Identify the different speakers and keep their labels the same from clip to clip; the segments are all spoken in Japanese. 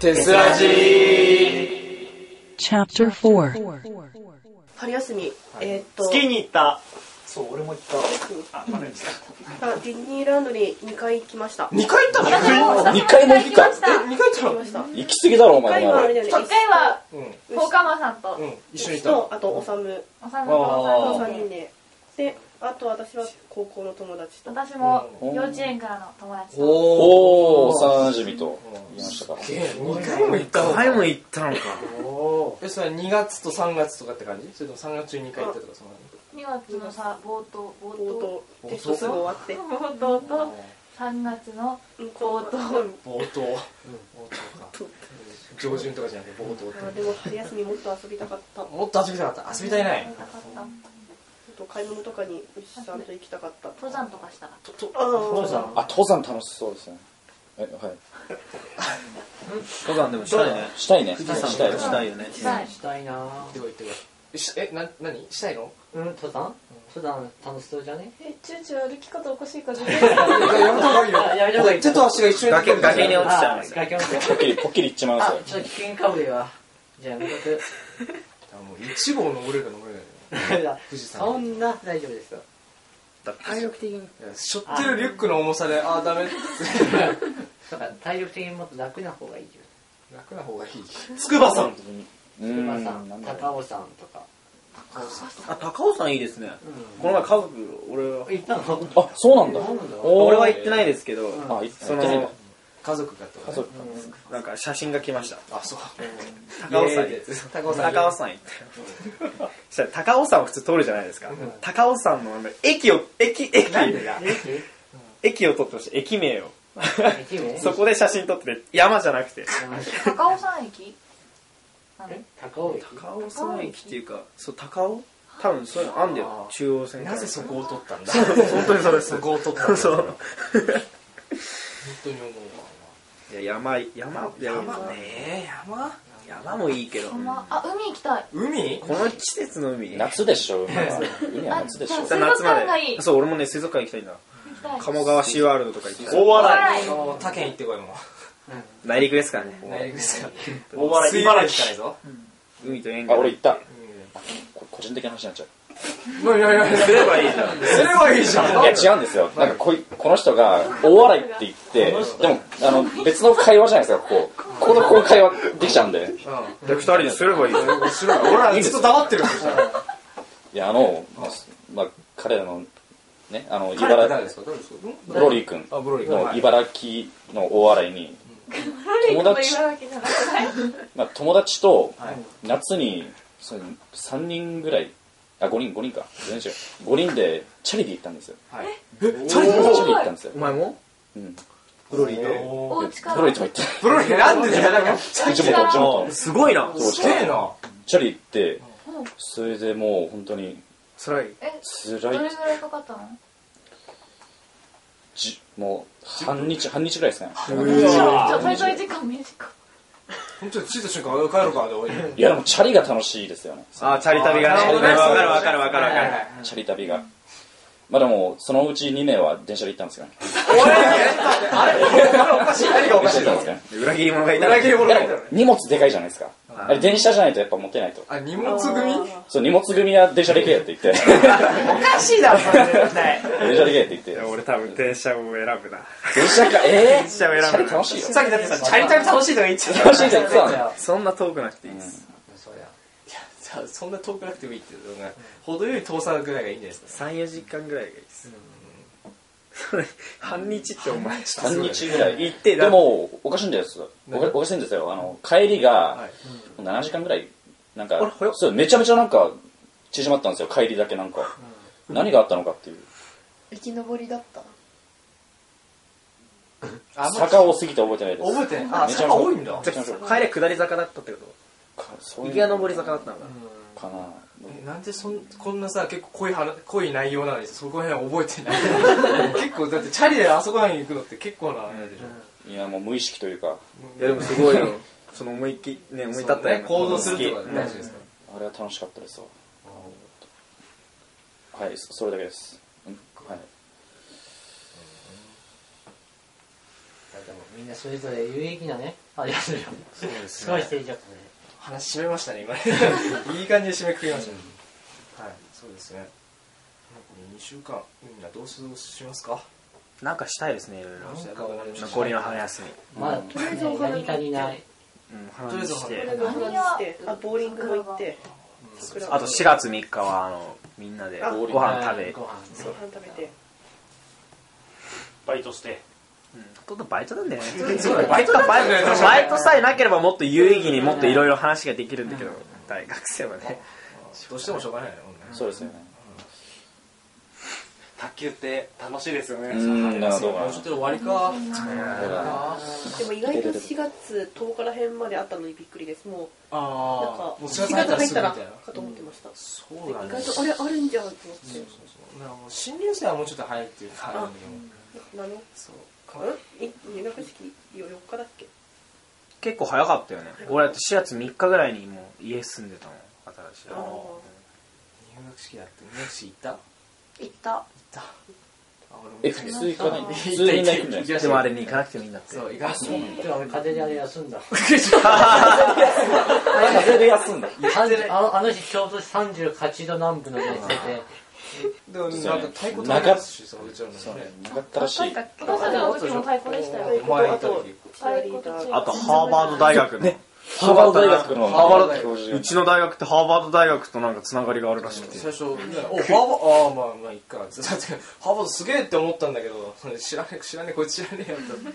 Speaker 1: テスラジー
Speaker 2: Chapter 4
Speaker 3: 春休み、えーっと
Speaker 1: 月に行った
Speaker 4: そう、俺も行った。あ、まだ行った。
Speaker 3: あディズニーランドに2回行きました
Speaker 1: 2回行ったの
Speaker 5: 2回も行きか
Speaker 6: ました。
Speaker 1: 二
Speaker 6: 一
Speaker 1: 回
Speaker 3: 行き
Speaker 1: 行っ
Speaker 3: ました1
Speaker 5: 行き過ぎだろお前
Speaker 3: 回はあれだよね
Speaker 6: 回は、
Speaker 4: う
Speaker 6: 放課間さんと、
Speaker 4: ん。うん。一緒に
Speaker 3: 牛
Speaker 4: 行っ
Speaker 3: とあとおさむ
Speaker 6: おさむとおさ
Speaker 3: 3
Speaker 6: む
Speaker 3: 人
Speaker 6: に。
Speaker 3: でであと私は高校の友達と
Speaker 6: 私も、幼稚園からの友達
Speaker 4: た。
Speaker 6: と。
Speaker 5: おお
Speaker 4: おー。
Speaker 5: 幼馴染と言いましたか
Speaker 4: すげえ、2回も行ったの
Speaker 1: 回も行ったのか
Speaker 4: おー。え、それは2月と3月とかって感じそれとも3月中に2回行ったとか、その
Speaker 6: 2月のさ、冒頭、冒
Speaker 3: 冒
Speaker 6: 頭。
Speaker 3: 頭テストすぐ終わって
Speaker 6: 冒頭と、3月の、
Speaker 3: うん
Speaker 6: 冒頭。
Speaker 4: 冒頭。冒頭か。上旬とかじゃなくて、冒頭
Speaker 3: あ
Speaker 4: っ
Speaker 3: でも春休みもっと遊びたかった
Speaker 4: て。もっと遊びたかった。遊びたいない。
Speaker 3: と買い物とかに牛さんと行きたかった
Speaker 6: 登山とかしたら。
Speaker 4: と、と、
Speaker 3: あー
Speaker 4: 父さん。
Speaker 5: あ登山楽しそうですねえはい
Speaker 1: 登山でもしたいね
Speaker 5: したいね
Speaker 1: 富士山
Speaker 5: したい
Speaker 1: とかしたいよね
Speaker 6: したい。
Speaker 7: したいなぁ
Speaker 4: 行ってこい行ってこい。しえ、な、何したい の
Speaker 7: うん、登山登山楽しそうじゃね
Speaker 6: え、チューチュー歩き方おかしいから。
Speaker 4: やめた方がいいよ。
Speaker 7: あやめた方がいい
Speaker 4: 手と足が一緒になってる。
Speaker 1: 崖に落ちちゃうん
Speaker 7: あ
Speaker 1: です、よ
Speaker 7: 崖落ち
Speaker 5: ポッキリポッキリいっちまいます
Speaker 7: あ
Speaker 5: よ、
Speaker 7: ちょっと危険かぶりは。じゃあ、やめとく。
Speaker 4: あもう一号登れるか登れないか
Speaker 7: ダメだ。
Speaker 4: 富士山
Speaker 7: そんな、大丈夫ですよ。体力的に。
Speaker 4: いや背負ってるリュックの重さでああーダメって
Speaker 7: そうか、体力的にもっと楽な方がいいよ。
Speaker 4: 楽な方がいい筑波山
Speaker 5: うー
Speaker 7: 馬
Speaker 5: ん
Speaker 7: さ
Speaker 5: なん
Speaker 7: ん、
Speaker 5: だろ
Speaker 7: 高尾山とか。
Speaker 1: あ高尾山いいですね
Speaker 7: う
Speaker 1: この前家族俺は
Speaker 7: ん。行ったの
Speaker 5: うあそうなんだ
Speaker 7: そうなんだ
Speaker 5: おー
Speaker 1: 俺は行ってないですけど
Speaker 5: あい
Speaker 1: そ
Speaker 5: そ
Speaker 1: の
Speaker 5: の
Speaker 4: 家族がとか
Speaker 5: 家
Speaker 4: ね
Speaker 5: 族
Speaker 1: なんか写真が来ました
Speaker 4: あそう
Speaker 1: 高尾山
Speaker 4: イエーイっ
Speaker 1: 行ってて
Speaker 4: 高尾山
Speaker 1: 高尾山行 ってそしたら高尾山を普通通るじゃないですか
Speaker 7: ん
Speaker 1: 高尾山のあの駅を駅駅
Speaker 7: なんでだ駅
Speaker 1: 駅を撮ってました駅名を
Speaker 7: 駅名
Speaker 1: そこで写真撮ってて山じゃなくて
Speaker 6: 高尾山駅
Speaker 7: え高尾駅
Speaker 1: 高尾山駅っていうかそう高尾多分そういうのあんだよ
Speaker 4: あー
Speaker 1: 中央線
Speaker 4: なぜそこを取ったんだ
Speaker 1: 本当にそれです
Speaker 4: そこを取ったんだ
Speaker 1: そ
Speaker 4: 本
Speaker 1: う
Speaker 4: 当に思う
Speaker 1: いや山山
Speaker 4: わ
Speaker 1: 山
Speaker 4: 山ね山
Speaker 1: 山もいいけど
Speaker 6: 山あ、海行きたい。
Speaker 4: 海
Speaker 1: この季節の海
Speaker 5: 夏でしょ海は海は夏でしょ
Speaker 6: あじゃ
Speaker 1: 夏
Speaker 6: 水族館
Speaker 1: ま
Speaker 6: がいい
Speaker 1: でそう俺もね水族館行きたいんだ
Speaker 6: 行きたい。
Speaker 1: 鴨川シーワールドとか行きたい
Speaker 6: 大笑い
Speaker 4: あー他県行ってこいも
Speaker 1: 内陸ですからね
Speaker 4: う内陸ですから
Speaker 1: 大
Speaker 4: 水原しかないぞ
Speaker 1: 海と縁
Speaker 5: あ
Speaker 1: が
Speaker 5: 俺行った
Speaker 4: う
Speaker 5: これ個人的な話になっちゃうん
Speaker 4: いやいやいや
Speaker 1: すればいいじゃん
Speaker 4: すればいいじゃん
Speaker 5: いや違うんですよ、なんかこいこの人が大笑いって言って、でもあの別の会話じゃないですか、ここ、こことこういう会話できちゃうんで、
Speaker 1: で二人ですればいいじゃん
Speaker 4: 面白い俺らずっと黙ってるから
Speaker 5: いや、あの、まあ、彼らのね、あの
Speaker 4: 彼って誰
Speaker 5: 茨
Speaker 4: ですか誰ですか
Speaker 5: ブロリー君
Speaker 4: あブロリー
Speaker 5: の
Speaker 4: 君
Speaker 5: 茨城の大洗に、友達
Speaker 6: わけじゃなく
Speaker 5: まあ、友達と
Speaker 4: はい
Speaker 5: 夏にそれ3人ぐらい、あ5人、5人か、全然違う、5人でチャリで行ったんですよ、
Speaker 4: はい
Speaker 5: チャリで行ったんですよ
Speaker 1: お、前も
Speaker 5: うん、ブ
Speaker 4: ブロリーの
Speaker 6: お家から。
Speaker 5: ロリーとも行っ
Speaker 4: ブロリーなんでだよなんか
Speaker 5: て、地元、地元、
Speaker 1: すごいな
Speaker 4: すげえな
Speaker 5: チャリ行って、それでもう本当に、
Speaker 1: それはいい
Speaker 6: え、ど
Speaker 5: 辛い
Speaker 6: れぐらいかかったの
Speaker 5: じもう半日半日ぐらいですね
Speaker 6: じゃあ、滞在時間短い。
Speaker 4: 本当に着いた瞬間あ帰ろうかで終わり
Speaker 5: いやでもチャリが楽しいですよね
Speaker 1: あーチャリ旅がね
Speaker 4: あー
Speaker 1: わかるわかるわかるわかる
Speaker 5: チャリ旅がまあでもそのうち2名は電車で行ったんですよね
Speaker 4: おかしい何がお
Speaker 5: 電
Speaker 4: か
Speaker 5: 車で行ったんです
Speaker 4: しいの
Speaker 5: よね
Speaker 1: 裏切り者がいた
Speaker 4: 裏切り者
Speaker 5: いやでも荷物でかいじゃないですかあれ電車じゃないとやっぱ持てないと
Speaker 4: あ荷物組
Speaker 5: そう荷物組は電車で行けよって言 って
Speaker 4: おかしいだろそれ絶対
Speaker 5: 電車で行けって言って
Speaker 1: いや俺多分電車を選ぶな
Speaker 5: 電車かえー、
Speaker 1: 電
Speaker 5: チ
Speaker 1: 車を
Speaker 5: ャリ
Speaker 1: 選ぶな
Speaker 5: 楽しいよ
Speaker 4: さっきだってさチャリ旅楽しいとか言っちゃ
Speaker 5: 楽しいって言ってたのに
Speaker 1: そんな遠くなくていいです
Speaker 4: そりゃいやさそんな遠くなくてもいいっていうのが程よい遠さぐらいがいいんじゃないですか
Speaker 1: 34時間ぐらいがいいですそれ半日ってお前
Speaker 5: 半日ぐらい
Speaker 1: 行って
Speaker 5: で
Speaker 1: だ
Speaker 5: もおかしいんですよおかおかしいんですよあの帰りが
Speaker 4: い
Speaker 5: 7時間ぐらいなん
Speaker 1: あれ
Speaker 5: か
Speaker 1: 早っ
Speaker 5: そうめちゃめちゃなんか縮まったんですよ帰りだけなんか何があったのかっていう
Speaker 3: 生き残りだった
Speaker 4: あんま
Speaker 5: 坂を過ぎて覚えてないです
Speaker 4: 覚えてないあ坂多いんだ
Speaker 1: じゃあ帰れ下り坂だったってこ
Speaker 5: かそ
Speaker 1: と
Speaker 5: ういう
Speaker 1: 行きが上り坂だったのか
Speaker 5: かな
Speaker 4: えなんでそんこんなさ結構濃い話濃い内容なのにそこら辺覚えてない 結構だってチャリであそこら辺行くのって結構なあれでしょ
Speaker 5: いやもう無意識というか
Speaker 1: いやでもすごいよ その思いっきりね思い立った
Speaker 4: ね行動するってこと
Speaker 1: 好
Speaker 4: が
Speaker 1: き
Speaker 4: 大事ですか
Speaker 5: あれは楽しかったですわはいそそれだけですうんはい
Speaker 4: でも
Speaker 7: みんなそれぞれ有益なね、あれをするよ。
Speaker 4: そうです
Speaker 7: すごい成長だね。
Speaker 4: 話締めましたね今ねいい感じで締めくくりましたね、はいそうですね2週間みんなどうしどうしますか
Speaker 1: なんかしたいですねいろい
Speaker 4: なん
Speaker 1: ろ
Speaker 4: かわかりました
Speaker 1: 残りの春休み
Speaker 7: まだ、ね、
Speaker 3: りあえずお花見
Speaker 7: 何足りない。
Speaker 1: うん花見し
Speaker 4: とりあ
Speaker 3: これ
Speaker 1: て
Speaker 3: が花火してあボーリングも行って桜
Speaker 1: あと4月3日はあのみんなで
Speaker 3: あ
Speaker 1: ご飯食べ
Speaker 7: ご飯
Speaker 3: ご飯食べて
Speaker 8: バイトして
Speaker 1: うんほとんどバイトなんだよねそうだバイトだバイトバイトさえなければもっと有意義にもっといろいろ話ができるんだけど大学生はね
Speaker 4: どうしてもしょうがないよね
Speaker 5: そうですよね
Speaker 8: 卓球って楽しいですよね
Speaker 5: うんなるほど
Speaker 4: もうちょっとで終わりか
Speaker 3: でも意外と4月10日ら辺まであったのにびっくりですもうなん
Speaker 4: あ
Speaker 3: か
Speaker 4: あもう
Speaker 3: 4
Speaker 4: 4月
Speaker 3: 月
Speaker 4: 入ったら
Speaker 3: 入
Speaker 4: すぐ
Speaker 3: った
Speaker 4: み
Speaker 3: ら
Speaker 4: たいな
Speaker 3: かと思ってました
Speaker 4: そうだ
Speaker 3: 意
Speaker 4: ね
Speaker 3: 外とあれあるんじゃんと思っ
Speaker 4: そう
Speaker 3: て
Speaker 4: そうそうなんかもう新入生はもうちょっと早いっていうかあるんだけど
Speaker 3: なんかなの
Speaker 4: そう
Speaker 3: あえ入学式4日だっけ
Speaker 1: 結構早かったよね俺だって4月3日ぐらいにもう家住んでたもん新しい
Speaker 3: あ
Speaker 4: 入学式だって入学式行った行っ
Speaker 6: 行った。
Speaker 4: たあ
Speaker 5: え普
Speaker 4: 俺も
Speaker 5: 通行かない普
Speaker 4: 行っ
Speaker 5: 通
Speaker 4: た
Speaker 5: みんな行
Speaker 4: 行
Speaker 5: く
Speaker 4: っ
Speaker 5: んじゃない
Speaker 4: た行きまし
Speaker 1: で
Speaker 4: たよ
Speaker 1: もあれに行かなくてもいいんだって
Speaker 4: そう行かなくてもいい
Speaker 7: でも俺風邪であれ休んだ。
Speaker 5: 風で休んだ
Speaker 7: あのあの日ちょうど38度南部の熱出て、
Speaker 4: でもなんか太鼓叩いてますしさうちらのね
Speaker 5: 長ったらしい
Speaker 6: 私たちの時も太鼓でしたよ。
Speaker 3: 太鼓とあとチア
Speaker 6: 太
Speaker 3: リ
Speaker 6: 鼓
Speaker 3: ー
Speaker 6: と
Speaker 3: ダー
Speaker 1: あとハーバード大学の、
Speaker 5: ハーバード大学の
Speaker 1: ハーバード大
Speaker 5: 教
Speaker 1: 学
Speaker 5: 授
Speaker 1: うちの大学ってハーバード大学となんかつながりがあるらしくて
Speaker 4: 最初、ね、おハーバードああまあまあいっかだ ってハーバードすげえって思ったんだけど 知らねえ知らねえこいつ知らねえやったね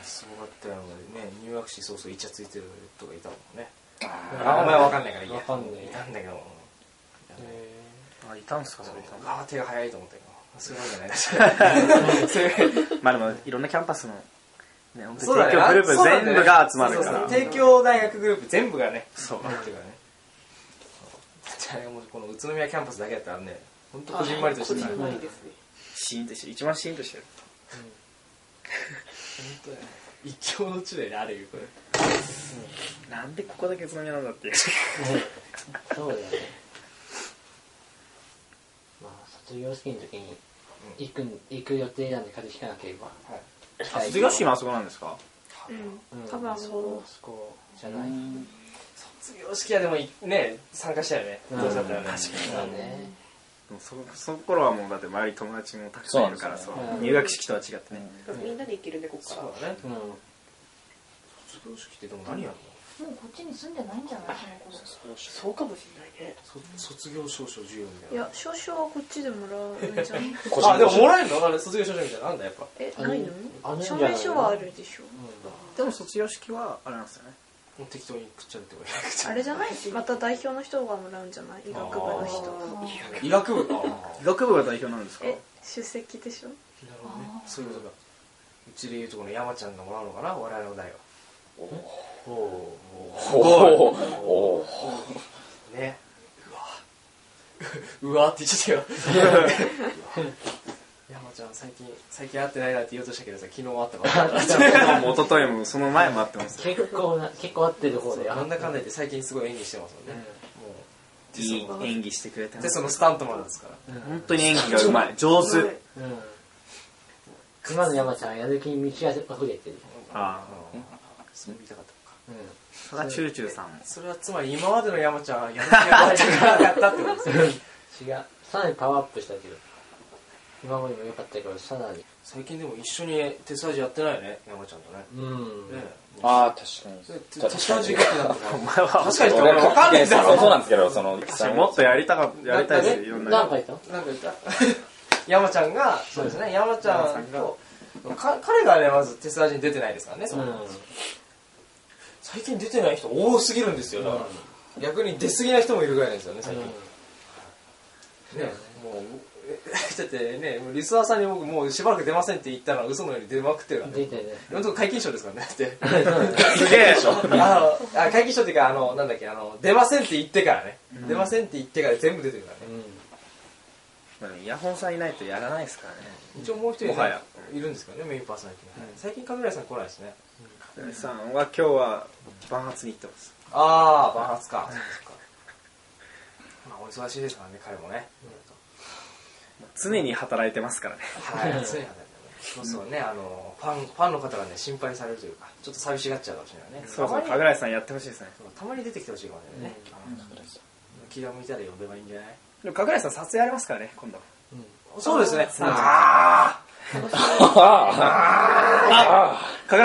Speaker 4: えすごかったよ俺ね入学式そうそうイチャついてるとかいたもんねあんまりわかんないからいや
Speaker 7: わかんない
Speaker 4: いたんだけど
Speaker 1: あいたんすかそれ
Speaker 4: ああ手が早いと思ったけどそういうわけないです
Speaker 1: まあでもいろんなキャンパスのね本
Speaker 4: そう
Speaker 1: 当
Speaker 4: だね
Speaker 1: に帝京グループ全部が集まる
Speaker 4: そ
Speaker 1: か
Speaker 4: うそう
Speaker 1: ら
Speaker 4: 帝京大学グループ全部がね
Speaker 1: そう
Speaker 4: なんていうかねじゃあもうこの宇都宮キャンパスだけだったらね本当こじんまりとして
Speaker 3: こ
Speaker 4: た
Speaker 3: じんまりですね
Speaker 1: シーンとしてる一番シーンとしてる
Speaker 4: 本当だよね一強の地だよねある意味これ
Speaker 1: なんでここだけ宇都宮なんだっていう
Speaker 7: そうだよね。まあ、卒業式の時に行くん、行く予定なんで風邪ひかなければ。
Speaker 1: あ卒業式もあそこなんですか
Speaker 7: うん
Speaker 6: 多分あの
Speaker 7: そこじゃない。
Speaker 4: 卒業式はでもいね参加したよね
Speaker 7: う
Speaker 4: ど
Speaker 7: ん
Speaker 4: うだったよね
Speaker 7: だね。
Speaker 1: でもそその頃はもうだって周り友達もたくさんいるから
Speaker 5: そ
Speaker 1: そうう
Speaker 7: なんですよ
Speaker 1: 入学式とは違ってね
Speaker 3: みんなで行けるんでここから
Speaker 4: そうだね
Speaker 7: うん。
Speaker 4: 卒業式ってでも何やるの
Speaker 6: もうこっちに住んでないんじゃないその頃
Speaker 3: そうかもしれないね
Speaker 4: そ卒業証書授与みた
Speaker 9: い
Speaker 4: いな
Speaker 9: や少々はこっちでもらうんじゃん
Speaker 5: 個人
Speaker 4: あでももらえるのあれ卒業証書みたいなのあんだやっぱ
Speaker 9: えない
Speaker 7: あの
Speaker 9: の証明書はあるでしょ
Speaker 1: でも卒業式はあれなんですよね
Speaker 4: もう適当に食っちゃうってこ
Speaker 9: あれじゃないまた代表の人がもらうんじゃない医学部の人
Speaker 3: あ
Speaker 4: と医学部ああ
Speaker 1: 医学部が代表なんですか
Speaker 9: え出席でしょ
Speaker 4: なるほどねそういうことかうちでいうとこの山ちゃんがもらうのかな我々の代は
Speaker 7: ほ
Speaker 5: おーおー
Speaker 4: ねうわうわって言っちゃったよ 山ちゃん最近最近会ってないなって言おうとしたけどさ昨日会ったから
Speaker 1: もう一昨日もその前もあってます
Speaker 7: う結構な、結構合ってる方だよ。
Speaker 4: なんだかんだ言って最近すごい演技してますもんね、も
Speaker 1: いい演技してくれた
Speaker 4: う
Speaker 1: な
Speaker 4: でそのスタントマンですから
Speaker 1: 本当に演技がうまい上手
Speaker 7: うん。今の山ちゃんはやる気に満ち溢れてる。
Speaker 1: あ
Speaker 4: そう言いたかったのか
Speaker 7: う
Speaker 1: それはチューチュ ーさんも
Speaker 4: それはつまり今までの山ちゃんはやる気がなかったってことですよ
Speaker 7: ん。違う。さらにパワーアップしたけど。今までも良かったけど、さらに。
Speaker 4: 最近でも一緒に手スタジやってないよね山ちゃんとね
Speaker 7: うん。
Speaker 4: ね
Speaker 5: ああ確かに
Speaker 4: え手スジ劇団とか確かにって
Speaker 5: 俺
Speaker 4: 俺
Speaker 5: は
Speaker 4: 分かんないんだろ
Speaker 5: そうなんですけどその
Speaker 1: もっとやりたかやりたいですよいろんな
Speaker 7: 何かいた
Speaker 4: なんかいた 山ちゃんがそうですね山ちゃんとか彼がねまずテスラジに出てないですからね、最近出てない人多すぎるんですよだから、逆に出すぎな人もいるぐらいなんですよね最近、ねもうえ だってねもうリスナーさんに僕もうしばらく出ませんって言ったら嘘のように出まくってるからね
Speaker 7: 出てね。
Speaker 4: 今のところ解禁賞ですからねだって
Speaker 1: すげえ
Speaker 4: あのあ解禁賞っていうかあのなんだっけあの出ませんって言ってからね、出ませんって言ってから全部出てるからね
Speaker 1: まあねイヤホンさんいないとやらないですからね
Speaker 4: 一応もう一人ね
Speaker 1: もはや
Speaker 4: いるんですかねメインパーソナリティの、最近カメラさん来ないですね
Speaker 1: カメさんは今日は万発に行ってます
Speaker 4: ああ万発かまあお忙しいですからね彼もね
Speaker 1: 常に働いてますからね
Speaker 4: はい常に働いてるねそうそうね、あのファンファンの方がね心配されるというかちょっと寂しがっちゃうかもしれないね
Speaker 1: そうそう
Speaker 4: たまに
Speaker 1: 神楽さんやってほしいですね
Speaker 4: そうたまに出てきてほしいかもしれないね、うん気が向いたら呼べばいいんじゃない
Speaker 1: でも神楽さん撮影ありますからね今度
Speaker 4: そうですね
Speaker 1: 神楽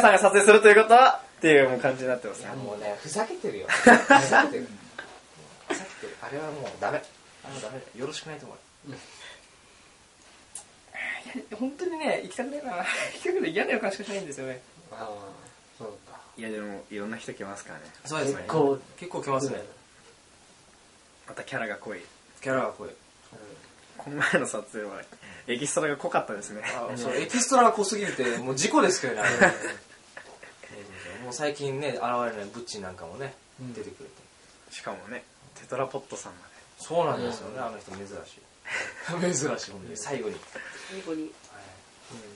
Speaker 1: さんが撮影するということはっていうもう感じになってま
Speaker 4: い
Speaker 1: すね
Speaker 4: やもうねふざけて るよふざけてるふざけてるあれはもうダメあれはダメだよろしくないと思う、いや本当にね行きたくないな 行きたくない嫌な予感しかしないんですよね
Speaker 7: ああそうか
Speaker 1: いやでもいろんな人来ますからね
Speaker 4: そうですね
Speaker 7: 結構
Speaker 4: 結構来ますね
Speaker 1: またキャラが濃い
Speaker 4: キャラが濃い
Speaker 1: この前の撮影はエキストラが濃かったですね
Speaker 4: あそうエキストラが濃すぎてもう事故ですけどねあれもう最近ね現れないブッチなんかもね出てくれて、
Speaker 1: しかもねテトラポットさんま
Speaker 4: そうなんですよね、あの人珍しい珍しい本当に最後に
Speaker 3: 最後に
Speaker 1: で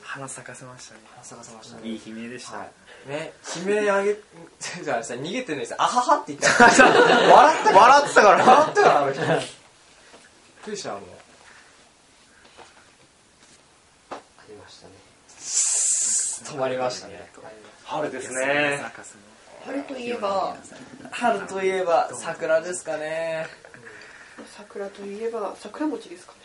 Speaker 1: 花咲かせましたね
Speaker 4: 探せましたね
Speaker 1: いい悲鳴でした、
Speaker 4: は
Speaker 1: ね
Speaker 4: い。ね、悲鳴あげ、 じゃあさ、逃げてるのにさ、あははって言ったら笑ったから。
Speaker 1: 笑ってたから
Speaker 4: 笑ったから、あの人。びっくりした、もう。
Speaker 7: ありましたね
Speaker 4: 止まりましたね。
Speaker 8: 春ですね。
Speaker 3: 春といえば
Speaker 4: 春といえば、桜ですかね。
Speaker 3: 桜といえば桜餅ですかね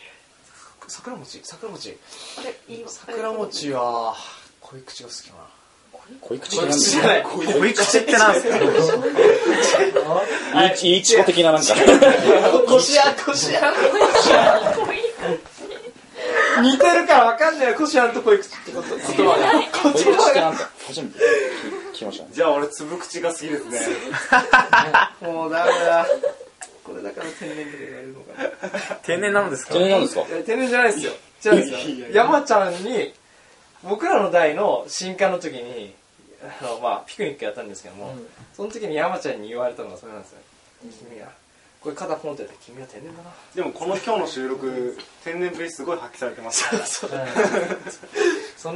Speaker 4: 桜餅桜餅
Speaker 3: あれ言います
Speaker 4: 桜餅は、濃い口が好きかな。
Speaker 5: 恋口なんです
Speaker 4: じゃない。
Speaker 1: おみ口ってなんですか
Speaker 5: いいいいちこ的ななんか。
Speaker 4: こしあん、こしあん。似てるからわかんないよ、こしあんと濃い口ってこと。言葉が。こっ
Speaker 5: 恋
Speaker 4: ち
Speaker 5: 口
Speaker 4: の方
Speaker 5: って
Speaker 4: が
Speaker 5: なんか、初めて聞きましたね。
Speaker 8: じゃあ俺、つぶ口が好きですね。
Speaker 4: もうダメだ。これだから天然とか言われるのかな。
Speaker 1: 天然なんですか
Speaker 5: それなんですか
Speaker 4: いや天然じゃないですよ。違うんですよ。山ちゃんに、僕らの代の新刊の時に、あの、まあ、ピクニックやったんですけども、その時に山ちゃんに言われたのがそれなんですよ。君は、これ肩ポンってやって、君は天然だな。
Speaker 8: でもこの今日の収録、天然ぶりすごい発揮されてました。
Speaker 4: そん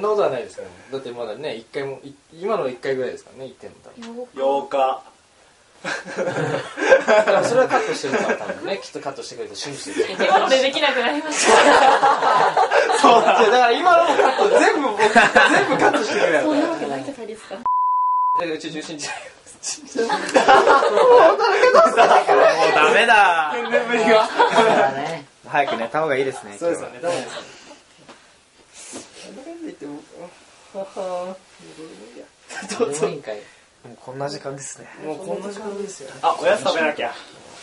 Speaker 4: なことはないですけども。だってまだね、一回も、い今の一回ぐらいですからね、一点も多分。
Speaker 8: 8日。
Speaker 4: だからそれはカットしてるから多分ね、きっとカットしてくれて、瞬時に。
Speaker 6: 今のでできなくなりました。
Speaker 4: そうだ。だから今のもカット、全部僕、全部カットしてくれよ
Speaker 3: そん なわけないじゃないですか
Speaker 4: いやうち中心じゃない
Speaker 1: もうダメだ
Speaker 4: 天然ぶりが。
Speaker 7: そうだ ね
Speaker 1: 早く寝た方がいいですね
Speaker 4: そうですよね、ダメですよ。なんで言っても、はは
Speaker 7: どうぞ委員会
Speaker 1: もうこんな時間ですね
Speaker 4: もうこんな時間ですよ。
Speaker 8: あ、おやつ食べなきゃ。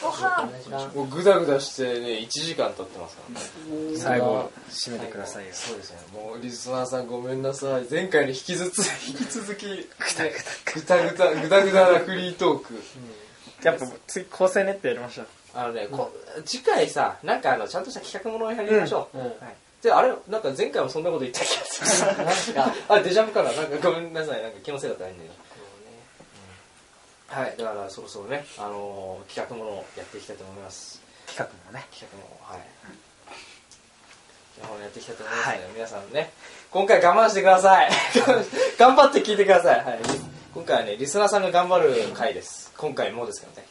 Speaker 6: ご飯。
Speaker 4: もうグダグダしてね、1時間経ってますからね。
Speaker 1: 最後締めてくださいよ
Speaker 4: そうですね、もうリスナーさんごめんなさい。前回に引きずつ、 引き続き、グダグダ、グダグダなフリートーク。
Speaker 1: やっぱ次構成練ってやりましょう
Speaker 4: あのね、こ次回さ、なんかあの、ちゃんとした企画ものをやりましょう。
Speaker 7: うんうん
Speaker 4: はいで、あれ、なんか前回もそんなこと言った気がする。
Speaker 7: か
Speaker 4: あ、デジャブかな。なんかごめんなさい。なんか気のせいだったらいいんだよ。はい、だからそろそろね、あのー企画ものをやっていきたいと思います。
Speaker 1: 企画もね
Speaker 4: 企画もの、はい。企画ものやっていきたいと思いますので、皆さんね、今回我慢してください。 頑張って聞いてください。はい。今回はね、リスナーさんが頑張る回です。今回もですけどね。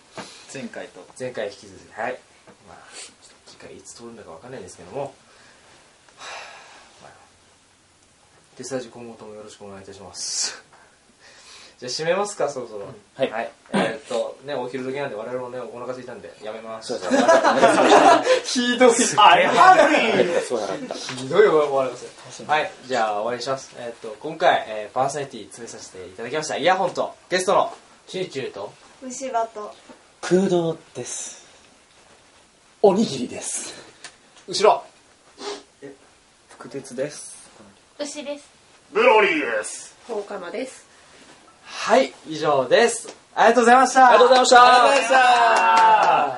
Speaker 1: 前回と
Speaker 4: 前回引き続きはい、まあ、ちょっと次回いつ撮るんだかわかんないですけども、はあまあ、手スタジオ今後ともよろしくお願いいたします じゃあ締めますかそろそろ、
Speaker 5: はい
Speaker 4: えーっとねお昼時なんで我々もねお腹空いたんでやめます
Speaker 5: そうですね。 なんかなんか
Speaker 4: ひ どい
Speaker 8: あ、やはり
Speaker 5: すごいなかった。
Speaker 4: ひどい終わりますよはいじゃあ終わりにしますえーっと今回、えーパーソナリティ詰めさせていただきましたイヤホンとゲストのチューチューと
Speaker 9: 虫歯と
Speaker 5: 空洞です。おにぎりです。
Speaker 4: 後ろ
Speaker 1: 福鉄です
Speaker 6: 牛です。
Speaker 8: ブロリーです。
Speaker 3: 放課間です
Speaker 4: はい以上ですありがとうございましたありがとうございました